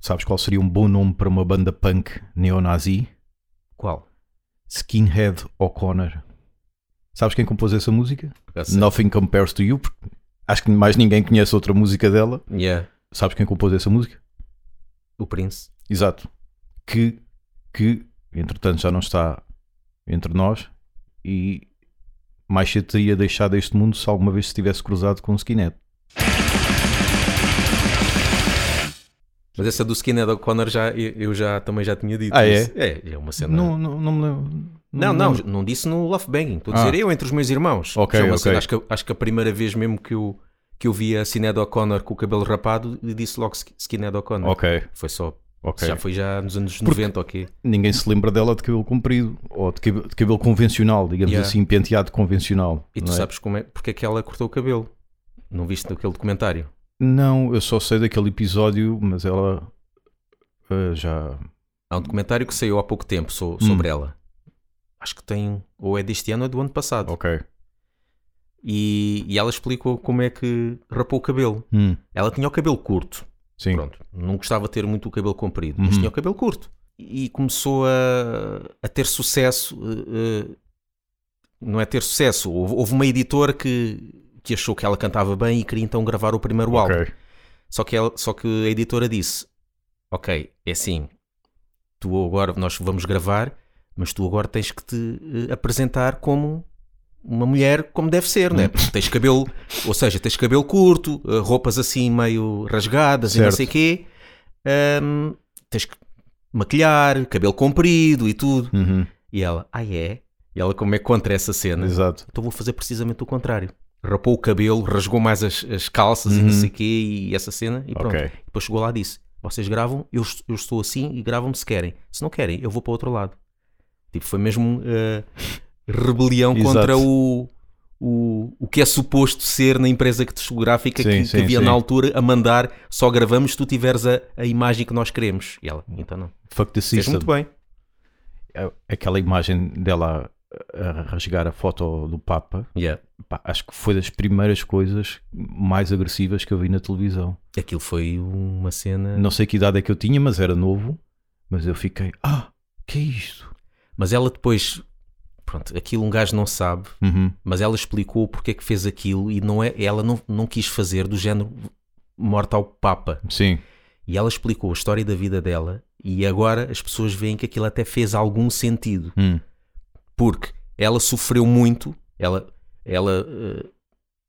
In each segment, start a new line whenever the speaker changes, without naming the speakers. Sabes qual seria um bom nome para uma banda punk neonazi?
Qual?
Skinhead O'Connor. Sabes quem compôs essa música?
Acaso sei.
Nothing Compares to You. porque Acho que mais ninguém conhece outra música dela.
Yeah.
Sabes quem compôs essa música?
O Prince.
Exato. Que, que entretanto, já não está entre nós e mais cedo teria deixado este mundo se alguma vez se tivesse cruzado com um skinhead.
Mas essa do Skinhead O'Connor já, eu eu já, também já tinha dito.
Ah, é?
isso. É, é uma cena.
Não, não, não me lembro.
Não,
me
não,
lembro.
não disse no Love Banging. Estou a
Ah.
dizer eu entre os meus irmãos.
Ok,
Já é uma
ok.
cena, acho, que, acho que a primeira vez mesmo que eu, que eu vi a Sinead O'Connor com o cabelo rapado, eu disse logo Sk- Sinead O'Connor.
Ok,
Foi só.
ok.
Já foi já nos anos 90 ou quê?
Ninguém se lembra dela de cabelo comprido ou de cabelo, de cabelo convencional, digamos
Yeah.
assim, penteado convencional.
E tu
não é?
sabes como é, porque é que ela cortou o cabelo? Não viste aquele documentário?
Não, eu só sei daquele episódio, mas ela ah, já.
Há um documentário que saiu há pouco tempo so-
Hum.
sobre ela. Acho que tem. Ou é deste ano ou é do ano passado.
Ok.
E, e ela explicou como é que rapou o cabelo.
Hum,
Ela tinha o cabelo curto.
sim.
Pronto, não gostava de ter muito o cabelo comprido, mas
Uhum.
tinha o cabelo curto. E começou a, a ter sucesso. eh, eh, não é ter sucesso. Houve, houve uma editora que, que achou que ela cantava bem e queria então gravar o primeiro álbum.
Ok.
Só que, ela- só que a editora disse: Ok, é assim, tu agora, nós vamos gravar, mas tu agora tens que te eh, apresentar como uma mulher, como deve ser, né?
Uhum.
Porque tens cabelo, ou seja, tens cabelo curto, eh, roupas assim meio rasgadas e não
Certo.
sei o quê, Ahm, tens que maquilhar, cabelo comprido e tudo.
Uhum,
E ela, ah, é? E ela, como é contra essa cena?
Exato.
Então vou fazer precisamente o contrário. Rapou o cabelo, rasgou mais as, as calças e não
Uhum.
sei o quê e essa cena e pronto.
Ok.
Depois chegou lá e disse, vocês gravam, eu, est- eu estou assim e gravam-me se querem. Se não querem, eu vou para o outro lado. Tipo, foi mesmo eh, rebelião
Exato.
contra o, o, o que é suposto ser na empresa que discográfica
Sim,
que, que
sim,
havia
sim.
na altura a mandar só gravamos se tu tiveres a, a imagem que nós queremos. E ela, então não.
Fuck the
Fez
system.
muito bem.
A- Aquela imagem dela a a rasgar a foto do Papa,
Yeah.
pá, acho que foi das primeiras coisas mais agressivas que eu vi na televisão.
Aquilo foi uma cena...
Não sei que idade é que eu tinha, mas era novo. Mas eu fiquei, ah, que é isto?
Mas ela depois... Pronto, aquilo um gajo não sabe,
Uhum,
mas ela explicou porque é que fez aquilo e não é, ela não, não quis fazer do género morta ao Papa.
Sim.
E ela explicou a história da vida dela e agora as pessoas veem que aquilo até fez algum sentido,
Hum,
porque ela sofreu muito, ela, ela eh,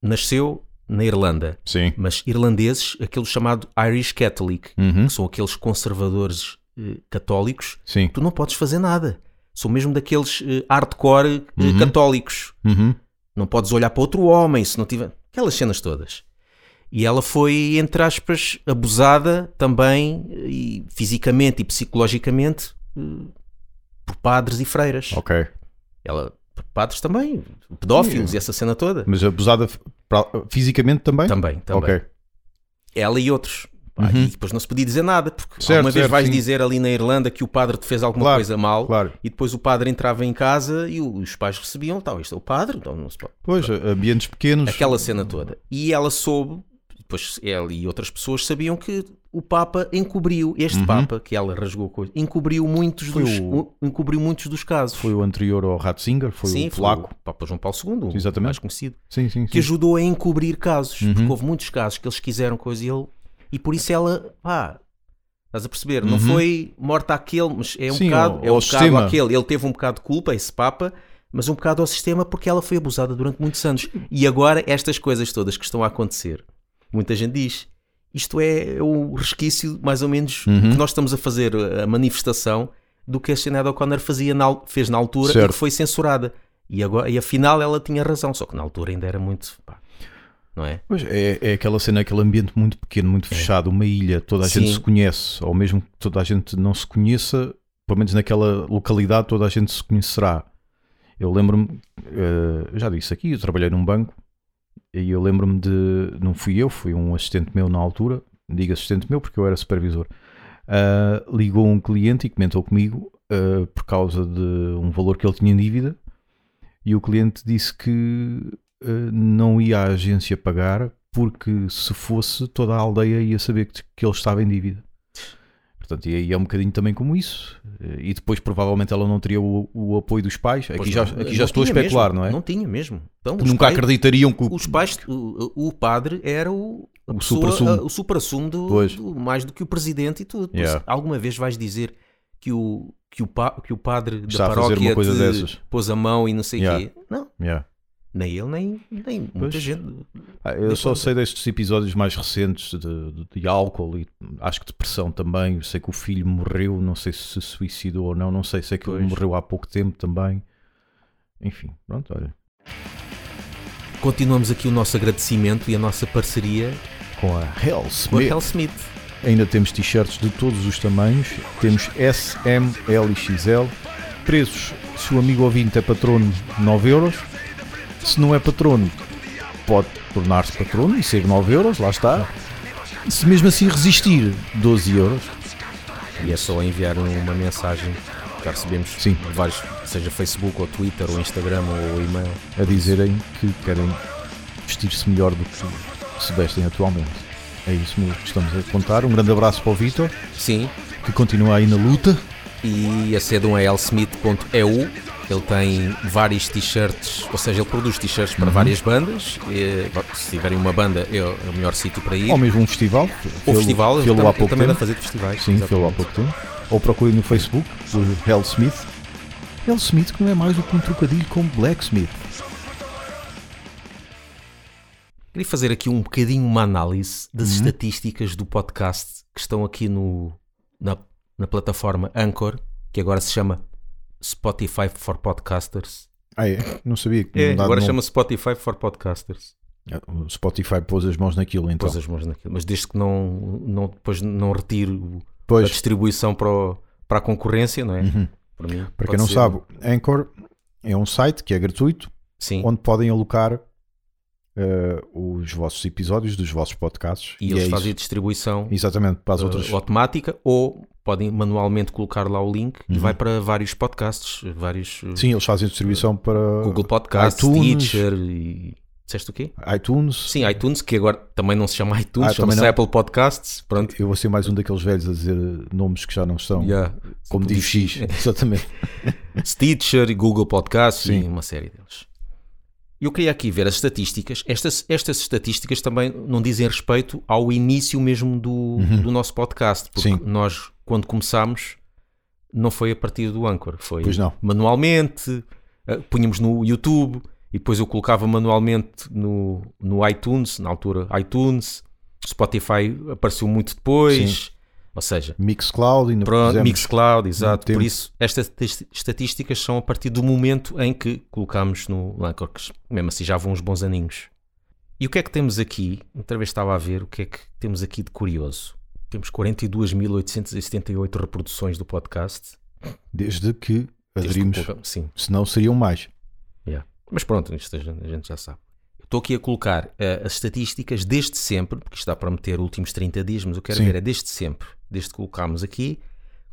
nasceu na Irlanda,
Sim.
mas irlandeses, aquele chamado Irish Catholic,
Uhum,
que são aqueles conservadores eh, católicos,
Sim.
tu não podes fazer nada. São mesmo daqueles eh, hardcore eh,
Uhum.
católicos.
Uhum,
Não podes olhar para outro homem se não tiver. Aquelas cenas todas. E ela foi, entre aspas, abusada também, e fisicamente e psicologicamente, eh, por padres e freiras.
Ok.
Ela, por padres também, pedófilos e essa cena toda.
Mas abusada f- pra- fisicamente também?
Também, também.
Hum? Ok.
Ela e outros. Pá,
Uhum.
E depois não se podia dizer nada, porque
Certo,
alguma vez
certo,
vais
sim.
dizer ali na Irlanda que o padre te fez alguma
Claro,
coisa mal,
Claro.
e depois o padre entrava em casa e o- os pais recebiam, tal, este é o padre, então não se pode.
Pois, eh, ambientes pequenos.
aquela cena toda. E ela soube, depois ela e outras pessoas sabiam que o Papa encobriu, este
Uhum.
Papa que ela rasgou coisa, encobriu muitos,
Foi
dos,
o-
o- encobriu muitos dos casos.
Foi o anterior ao Ratzinger, foi
Sim,
o polaco.
foi o Papa João Paulo II,
Exatamente.
mais conhecido,
Sim, sim,
que
sim.
ajudou a encobrir casos,
Uhum.
porque houve muitos casos que eles quiseram coisa e ele, e por isso ela, pá, estás a perceber, não
Uhum.
foi morta àquele, mas é um
Sim,
bocado,
ao-
é um
ao
bocado
sistema.
àquele, ele teve um bocado de culpa, esse Papa, mas um bocado ao sistema porque ela foi abusada durante muitos anos. E agora estas coisas todas que estão a acontecer, muita gente diz, isto é o resquício, mais ou menos,
Uhum.
que nós estamos a fazer a manifestação do que a Sinead O'Connor fazia na, al- fez na altura e
Certo.
que foi censurada. E, agora, e afinal ela tinha razão, só que na altura ainda era muito. pá, não é?
Pois, é, é aquela cena, aquele ambiente muito pequeno, muito fechado, uma ilha, toda a gente
Sim.
se conhece, ou mesmo que toda a gente não se conheça, pelo menos naquela localidade toda a gente se conhecerá. Eu lembro-me, eh, eu já disse aqui, eu trabalhei num banco e eu lembro-me de, não fui eu, fui um assistente meu na altura, digo assistente meu porque eu era supervisor, ah, ligou um cliente e comentou comigo ah, por causa de um valor que ele tinha em dívida e o cliente disse que eh, não ia à agência pagar porque se fosse toda a aldeia ia saber que, que ele estava em dívida Portanto, e aí é um bocadinho também como isso. E depois, provavelmente, ela não teria o, o apoio dos pais. Aqui
Pois
já,
não,
aqui
não
já estou a
tinha
especular,
mesmo,
não é?
Não tinha mesmo. Então,
Que
os
nunca
pais-
acreditariam que o.
os pais, o, o padre era o, a
O
pessoa-
supra-sumo.
a- o supra-sumo do,
Pois.
do- mais do que o presidente e tudo. Por
Yeah.
isso, alguma vez vais dizer que o, que o, pa- que o padre
Está a
da
fazer
paróquia
uma coisa
te
dessas.
pôs a mão e não sei o
Yeah.
quê. Não,
Yeah.
nem ele, nem, nem muita
Pois.
gente.
Ah, Eu
Dei
só
conta.
sei destes episódios mais recentes de, de- de álcool e acho que depressão também. Eu sei que o filho morreu, não sei se se suicidou ou não, não sei. Sei que ele
Pois.
morreu há pouco tempo também. Enfim, pronto, olha.
Continuamos aqui o nosso agradecimento e a nossa parceria
Com a Hell
com a
Smith.
Hell Smith.
Ainda temos t-shirts de todos os tamanhos. Temos S, M, L e XL. Preços, se o amigo ouvinte é patrono, 9 euros. Se não é patrono, pode tornar-se patrono e ser 9 euros, lá está. Se mesmo assim resistir, 12 euros.
E é só enviar uma mensagem. Já recebemos
Sim.
vários, seja Facebook ou Twitter ou Instagram ou e-mail.
a dizerem que querem vestir-se melhor do que se vestem atualmente. É isso mesmo que estamos a contar. Um grande abraço para o Vitor,
Sim,
que continua aí na luta.
e acedam a lsmith.eu. Ele tem vários t-shirts, ou seja, ele produz t-shirts
Uhum.
para várias bandas. E, bom, se tiverem uma banda, é o é o melhor sítio para ir.
Ou mesmo um festival.
o festival, ele,
Fê-lo
tam-
há
ele
pouco
também vai
tempo.
fazer de festivais.
Sim,
exatamente.
fê-lo há pouco tempo. Ou procurem no Facebook, do Hell Smith. Hell Smith, que não é mais do que um trocadilho com Blacksmith.
Queria fazer aqui um bocadinho uma análise das estatísticas do podcast que estão aqui no, na, na plataforma Anchor, que agora se chama Spotify for Podcasters.
Ah, é? Não sabia que
É,
não dá
agora
nome.
chama Spotify for Podcasters.
Ah, O Spotify pôs as mãos naquilo, então.
Pôs as mãos naquilo. Mas desde que não, não, depois não retire o- a
Pois,
distribuição para, o- para a concorrência, não é?
Uhum.
Para, mim,
para
pode
quem não
ser-
sabe, Anchor é um site que é gratuito,
Sim,
onde podem alocar eh, os vossos episódios dos vossos podcasts.
e eles
é
fazem a
isso.
distribuição
Exatamente, para as
eh,
outras.
automática ou podem manualmente colocar lá o link e
Uhum.
vai para vários podcasts, vários eh,
Sim, eles fazem distribuição para
Google Podcasts,
iTunes.
Teacher e... Disseste o quê?
iTunes.
Sim, iTunes, que agora também não se chama iTunes,
Ah, também
chama-se
não.
Apple Podcasts, pronto.
Eu vou ser mais um daqueles velhos a dizer nomes que já não estão.
Yeah.
Como diz X, exatamente.
Stitcher e Google Podcasts e
Sim.
uma série deles. Eu queria aqui ver as estatísticas. Estas, estas estatísticas também não dizem respeito ao início mesmo do, do nosso podcast, porque
Uhum. Sim.
nós, quando começámos, não foi a partir do Anchor, foi
Pois não.
manualmente, eh, punhamos no YouTube e depois eu colocava manualmente no, no iTunes, na altura iTunes, Spotify apareceu muito depois, ou seja,
Mixcloud, ainda
Pronto,
Então, fizemos-
Mixcloud, exato.
tempo.
Por isso, estas tis- estatísticas são a partir do momento em que colocamos no Anchor, que mesmo assim já vão uns bons aninhos. E o que é que temos aqui? Outra vez estava a ver o que é que temos aqui de curioso. Temos 42.878 reproduções do podcast.
desde que
Desde que
aderimos,
colocamos- Sim.
senão seriam mais.
Yeah. Mas pronto, isto a gente a gente já sabe. Eu Estou aqui a colocar eh, as estatísticas desde sempre, porque isto dá para meter últimos 30 dias, mas eu quero
Sim.
ver é desde sempre, desde que colocámos aqui.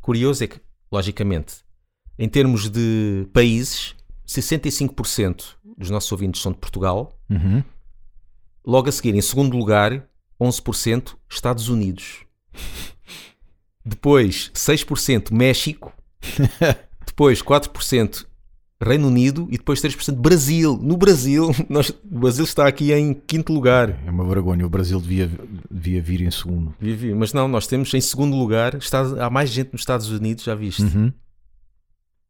Curioso é que, logicamente, em termos de países, 65% dos nossos ouvintes são de Portugal.
Uhum.
Logo a seguir, em segundo lugar, 11% Estados Unidos. Depois, 6% México. Depois, 4% Reino Unido. E depois, 3% Brasil. No Brasil, nós, o Brasil está aqui em quinto lugar.
É uma vergonha. O Brasil devia, devia vir em segundo.
Vivi, Mas não, nós temos em segundo lugar. Estados- há mais gente nos Estados Unidos, já viste.
Uhum.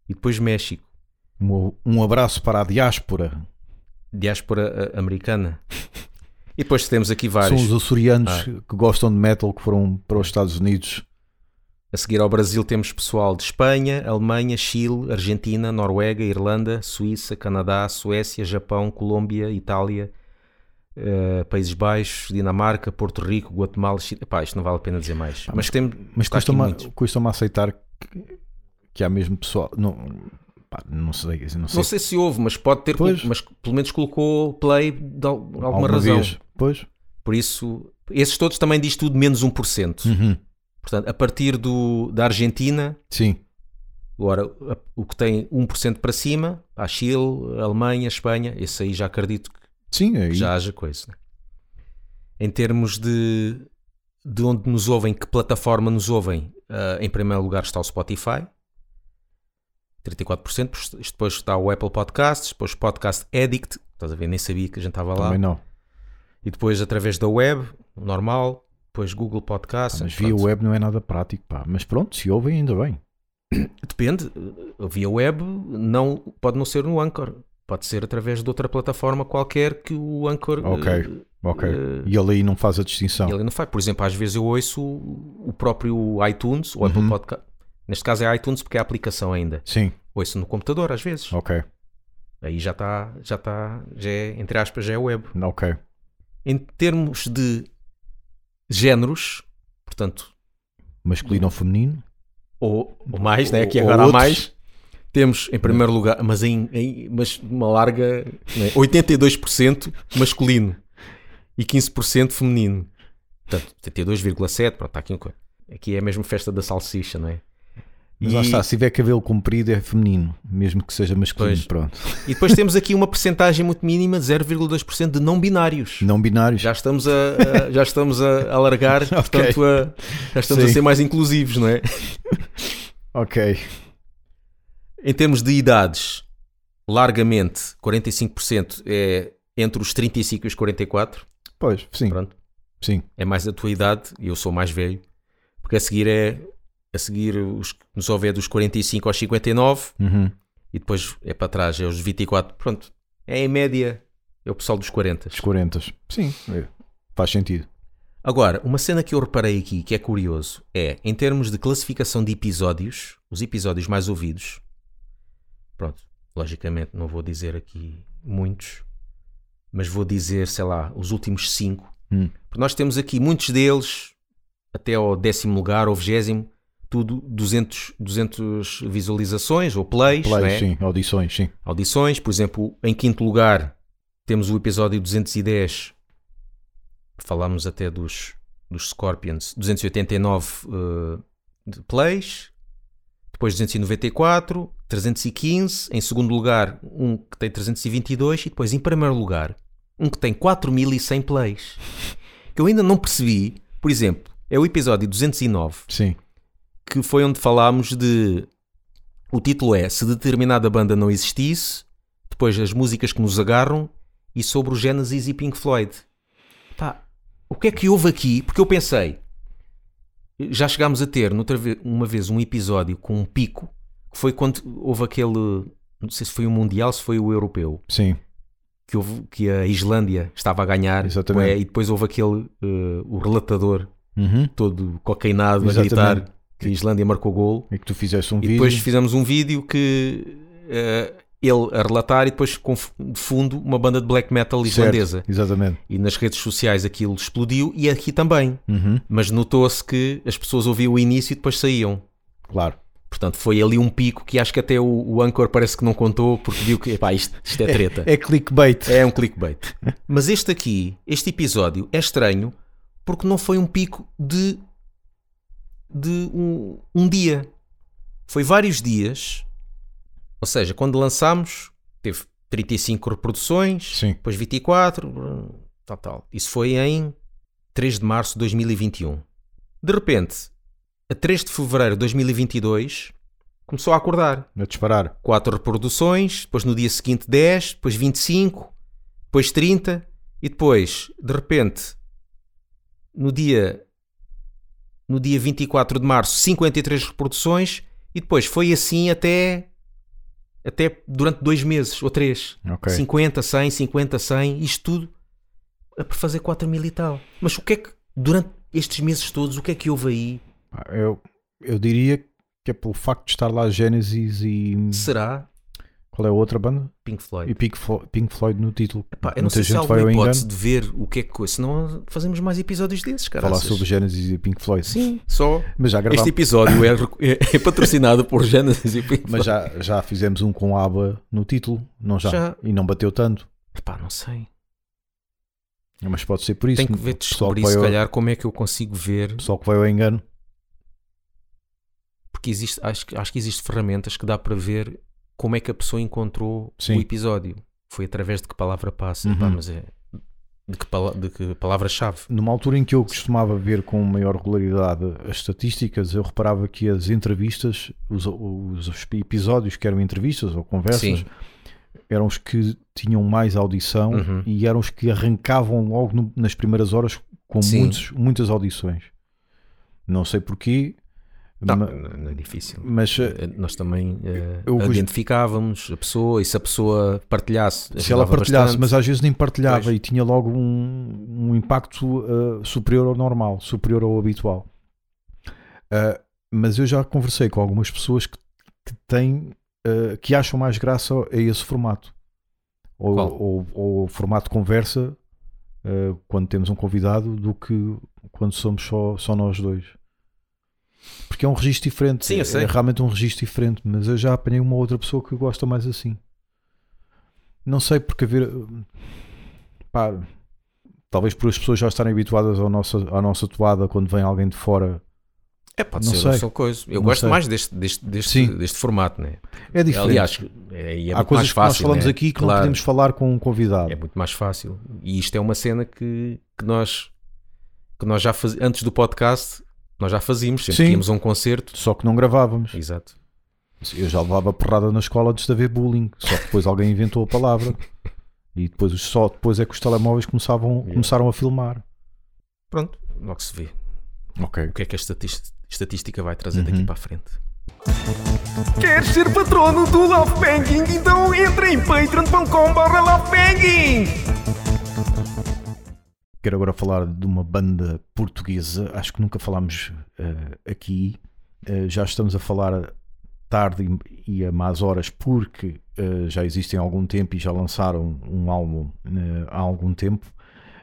E depois México.
Um, um abraço para a diáspora.
Diáspora ah, americana. E depois temos aqui vários.
São os açorianos
Ah.
que gostam de metal que foram para os Estados Unidos.
A seguir ao Brasil temos pessoal de Espanha, Alemanha, Chile, Argentina, Noruega, Irlanda, Suíça, Canadá, Suécia, Japão, Colômbia, Itália, eh, Países Baixos, Dinamarca, Porto Rico, Guatemala, Chile. Epá, isto não vale a pena dizer mais. Mas, temos.
Ah, Mas
está aqui
custa-me
muitos.
custa aceitar que, que há mesmo pessoal. Não, pá, não sei, não sei.
Não sei se houve, mas pode ter.
Pois.
colo- Mas pelo menos colocou play de al- alguma,
alguma
razão.
vez. Pois.
Por isso, esses todos também diz tudo menos 1%.
Hum.
Portanto, a partir do, da Argentina,
Sim.
Agora, a- o que tem 1% para cima, há Chile, Alemanha, Espanha, esse aí já acredito que
Sim, aí.
já haja coisa. né? Em termos de de onde nos ouvem, que plataforma nos ouvem, ah, em primeiro lugar está o Spotify, 34%. pois Depois está o Apple Podcasts, depois o Podcast Addict, estás a ver, nem sabia que a gente estava lá.
Também não.
E depois através da web, normal, depois Google Podcasts.
Mas via
pronto.
web não é nada prático, pá. Mas pronto, se ouvem, ainda bem.
Depende, eh, via web não, pode não ser no Anchor, pode ser através de outra plataforma qualquer que o Anchor...
Ok,
eh,
Ok.
Eh,
E ele aí não faz a distinção.
Ele não faz. Por exemplo, às vezes eu ouço o próprio iTunes, ou Apple
Uhum.
Podcast. Neste caso é iTunes porque é a aplicação ainda.
Sim,
Ouço no computador às vezes.
ok.
Aí já está, já está, já é, entre aspas, já é web.
Ok.
Em termos de géneros, portanto,
Masculino ou feminino?
ou, ou mais, né? Aqui
Ou- ou
agora há
outros.
mais. Temos em primeiro lugar, mas em, em- mas uma larga, né, 82% masculino e 15% feminino. Portanto, 82,7%, pronto, está aqui uma coisa. Aqui é mesmo festa da salsicha, não é?
Mas
e,
lá está, se tiver cabelo comprido é feminino, mesmo que seja masculino,
Pois.
pronto.
e depois temos aqui uma percentagem muito mínima, 0,2% de não binários.
Não binários.
Já estamos a, a- já estamos a alargar, portanto, a- já estamos a
Sim.
ser mais inclusivos, não é?
Ok.
Em termos de idades, largamente 45% é entre os 35 e os 44.
Pois, sim.
Pronto.
Sim.
É mais a tua idade e eu sou mais velho. Porque a seguir é a seguir os que nos houver dos 45 aos 59
Uhum.
e depois é para trás, é os 24. Pronto. É em média é o pessoal dos 40.
Os 40. Sim. é. Faz sentido.
Agora, uma cena que eu reparei aqui que é curioso é, em termos de classificação de episódios, os episódios mais ouvidos, pronto, logicamente não vou dizer aqui muitos, mas vou dizer, sei lá, os últimos cinco.
Hum.
Porque nós temos aqui muitos deles, até ao décimo lugar, ao vigésimo, tudo 200, 200 visualizações ou plays, não
Plays,
é?
sim. Audições, sim.
audições. Por exemplo, em quinto lugar, temos o episódio 210. Falámos até dos, dos Scorpions. 289 eh, de plays. Depois 294, 315. Em segundo lugar, um que tem 322. E depois, em primeiro lugar, um que tem 4100 plays. Que eu ainda não percebi. Por exemplo, é o episódio 209
Sim.
que foi onde falámos de. O título é Se Determinada Banda Não Existisse, depois as músicas que nos agarram e sobre o Genesis e Pink Floyd. Pá, o que é que houve aqui? Porque eu pensei, já chegámos a ter noutra ve- uma vez um episódio com um pico, que foi quando houve aquele. Não sei se foi o Mundial, se foi o Europeu,
Sim.
que, houve, que a Islândia estava a ganhar.
Exatamente.
bué, E depois houve aquele. eh, o relatador
Uhum.
todo cocainado
Exatamente.
a gritar que a Islândia marcou gol.
E que tu fizeste um
E
vídeo.
depois fizemos um vídeo que eh, ele a relatar e depois com f- de fundo uma banda de black metal
Certo,
islandesa.
Exatamente.
E nas redes sociais aquilo explodiu e aqui também.
Uhum.
Mas notou-se que as pessoas ouviam o início e depois saíam.
Claro.
Portanto, foi ali um pico que acho que até o, o Anchor parece que não contou porque viu que epá, isto, isto é treta.
É clickbait.
É um clickbait. Mas este aqui, este episódio, é estranho porque não foi um pico de, de um, um dia. Foi vários dias. Ou seja, quando lançámos, teve 35 reproduções,
Sim.
depois 24, tal, tal. Isso foi em 3 de março de 2021. De repente, a 3 de fevereiro de 2022, começou a acordar
A disparar.
4 reproduções, depois no dia seguinte 10, depois 25, depois 30 e depois, de repente, no dia no dia 24 de março, 53 reproduções e depois foi assim até até durante dois meses ou três.
Ok.
50, 100, 50, 100, isto tudo a por fazer 4 mil e tal. Mas o que é que durante estes meses todos, o que é que houve aí?
Pá, Ah, Eu, eu diria que é pelo facto de estar lá Genesis e.
Será
Qual é a outra banda?
Pink Floyd?
E Pink Flo- Pink Floyd no título.
Pá, eu não
Muita
sei se há
gente vai
alguma
ao
hipótese
engano
de ver o que é que coisa, senão fazemos mais episódios desses, cara.
falar sobre Genesis e Pink Floyd.
Sim, só.
Mas já
Este
gravámos.
episódio é, é- é patrocinado por Genesis e Pink
Mas
Floyd.
já, já fizemos um com ABBA no título, não já?
Já.
E não bateu tanto.
Pá, não sei.
Mas pode ser por isso.
Tenho que ver,
pessoal
descobrir
que vai
se
ao-
calhar como é que eu consigo ver,
Pessoal que vai ao engano.
porque existe, acho, que- acho que existe ferramentas que dá para ver como é que a pessoa encontrou
Sim.
o episódio. Foi através de que palavra passa,
Uhum.
pá, mas é, De que, pala- de que palavra-chave?
Numa altura em que eu costumava ver com maior regularidade as estatísticas, eu reparava que as entrevistas, os, os episódios que eram entrevistas ou conversas,
Sim.
eram os que tinham mais audição
Uhum.
e eram os que arrancavam logo no- nas primeiras horas com
Sim.
muitos- muitas audições. Não sei porquê,
Não,
ma-
não é difícil.
mas eh,
Eh, Nós também eh,
Eu gosto-
identificávamos a pessoa e se a pessoa partilhasse.
se ela
ajudava
partilhasse,
bastante.
mas às vezes nem partilhava
Pois.
e tinha logo um, um impacto uh, superior ao normal, superior ao habitual. Uh, mas eu já conversei com algumas pessoas que, que têm uh, que acham mais graça a esse formato ou,
Qual?
ou, ou formato conversa uh, quando temos um convidado do que quando somos só, só nós dois. Porque é um registro diferente,
Sim, eu sei.
é realmente um registro diferente, mas eu já apanhei uma outra pessoa que gosta mais assim. Não sei porque haver. eh, Pá, talvez por as pessoas já estarem habituadas ao nosso, à nossa toada quando vem alguém de fora.
É, pode
Não
ser
sei.
uma só coisa. Eu
Não
gosto
sei.
mais deste, deste, deste,
Sim.
deste formato, né?
É diferente.
Aliás, é, é
Há
muito
coisas
mais fácil.
que nós falamos
né?
aqui que não
Claro,
podemos falar com um convidado.
É muito mais fácil. E isto é uma cena que, que nós que nós já faz... antes do podcast nós já fazíamos, sempre
Sim.
tínhamos um concerto.
Só que não gravávamos.
Exato.
Eu já levava porrada na escola antes de haver bullying. Só que depois alguém inventou a palavra. E depois, só depois é que os telemóveis começavam, começaram a filmar.
Pronto, logo se vê.
Ok.
O que é que a estatis- estatística vai trazer
Uhum.
daqui para a frente?
Quer ser patrono do Love Banking? Então entra em patreon.com barra Love Banking.
Quero agora falar de uma banda portuguesa. Acho que nunca falámos eh, aqui. Eh, já estamos a falar tarde e- e a más horas porque eh, já existem há algum tempo e já lançaram um álbum eh, há algum tempo.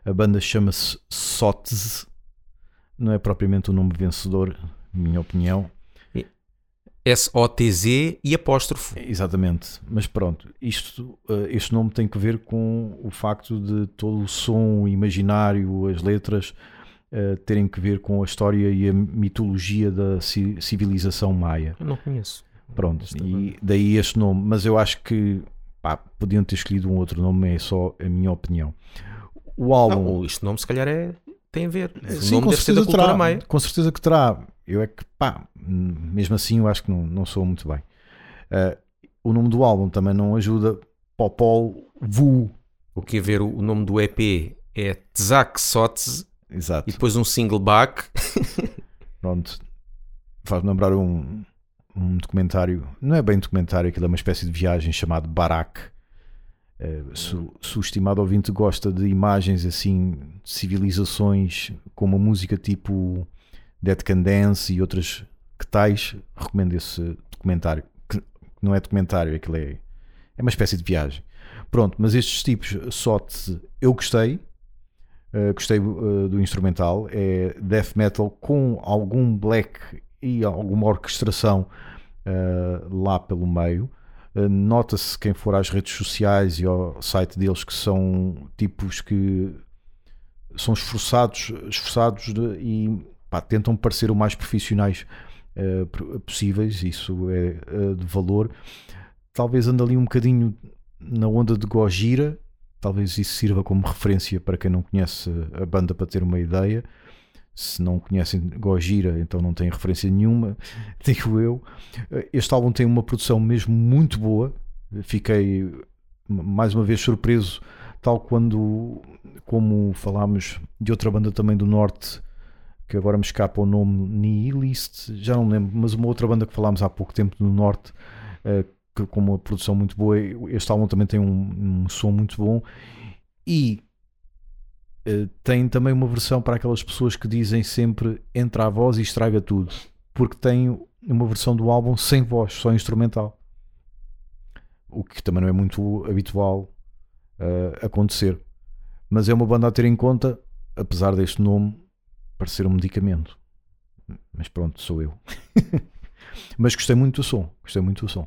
A banda chama-se Sotes. Não é propriamente o nome vencedor, minha opinião.
S-O-T-Z e apóstrofo.
Exatamente, mas pronto, isto, eh, este nome tem que ver com o facto de todo o som, o imaginário, as letras eh, terem que ver com a história e a mitologia da ci- civilização maia.
Eu não conheço.
Pronto,
Esta
e daí este nome, mas eu acho que pá, podiam ter escolhido um outro nome, é só a minha opinião. O álbum.
Não, este nome se calhar é, tem a ver. O
Sim,
nome
com
deve ser
certeza
da cultura
terá.
maia.
Com certeza que terá. Eu é que, pá, mesmo assim eu acho que não, não sou muito bem. Ah, o nome do álbum também não ajuda. Popol Vuh.
O que a ver, o o nome do EP é Tzak Sotz
Exato.
e depois um single back.
Pronto. Faz-me lembrar um, um documentário. Não é bem documentário, aquilo é uma espécie de viagem chamado Barak. Eh, se, o- se o estimado ouvinte gosta de imagens assim, de civilizações com uma música tipo Dead Can Dance e outras que tais, recomendo esse documentário. Que que não é documentário, aquilo é, é uma espécie de viagem. Pronto, mas estes tipos, sorte, eu gostei. Uh, gostei uh, do instrumental. É death metal com algum black e alguma orquestração uh, lá pelo meio. Uh, Nota-se quem for às redes sociais e ao site deles que são tipos que são esforçados, esforçados de- e pá, tentam parecer o mais profissionais uh, pro- possíveis. Isso é uh, de valor. Talvez ande ali um bocadinho na onda de Gojira, talvez isso sirva como referência para quem não conhece a banda para ter uma ideia. Se não conhecem Gojira, então não têm referência nenhuma, digo eu. Este álbum tem uma produção mesmo muito boa. Fiquei mais uma vez surpreso, tal quando como falámos de outra banda também do norte, que agora me escapa o nome Nihilist, já não lembro, mas uma outra banda que falámos há pouco tempo do norte, eh, que, com uma produção muito boa. Este álbum também tem um, um som muito bom e eh, tem também uma versão para aquelas pessoas que dizem sempre entra a voz e estraga tudo, porque tem uma versão do álbum sem voz, só instrumental, o que também não é muito habitual eh, acontecer. Mas é uma banda a ter em conta, apesar deste nome parecer um medicamento. Mas pronto, sou eu. Mas gostei muito do som, gostei muito do som.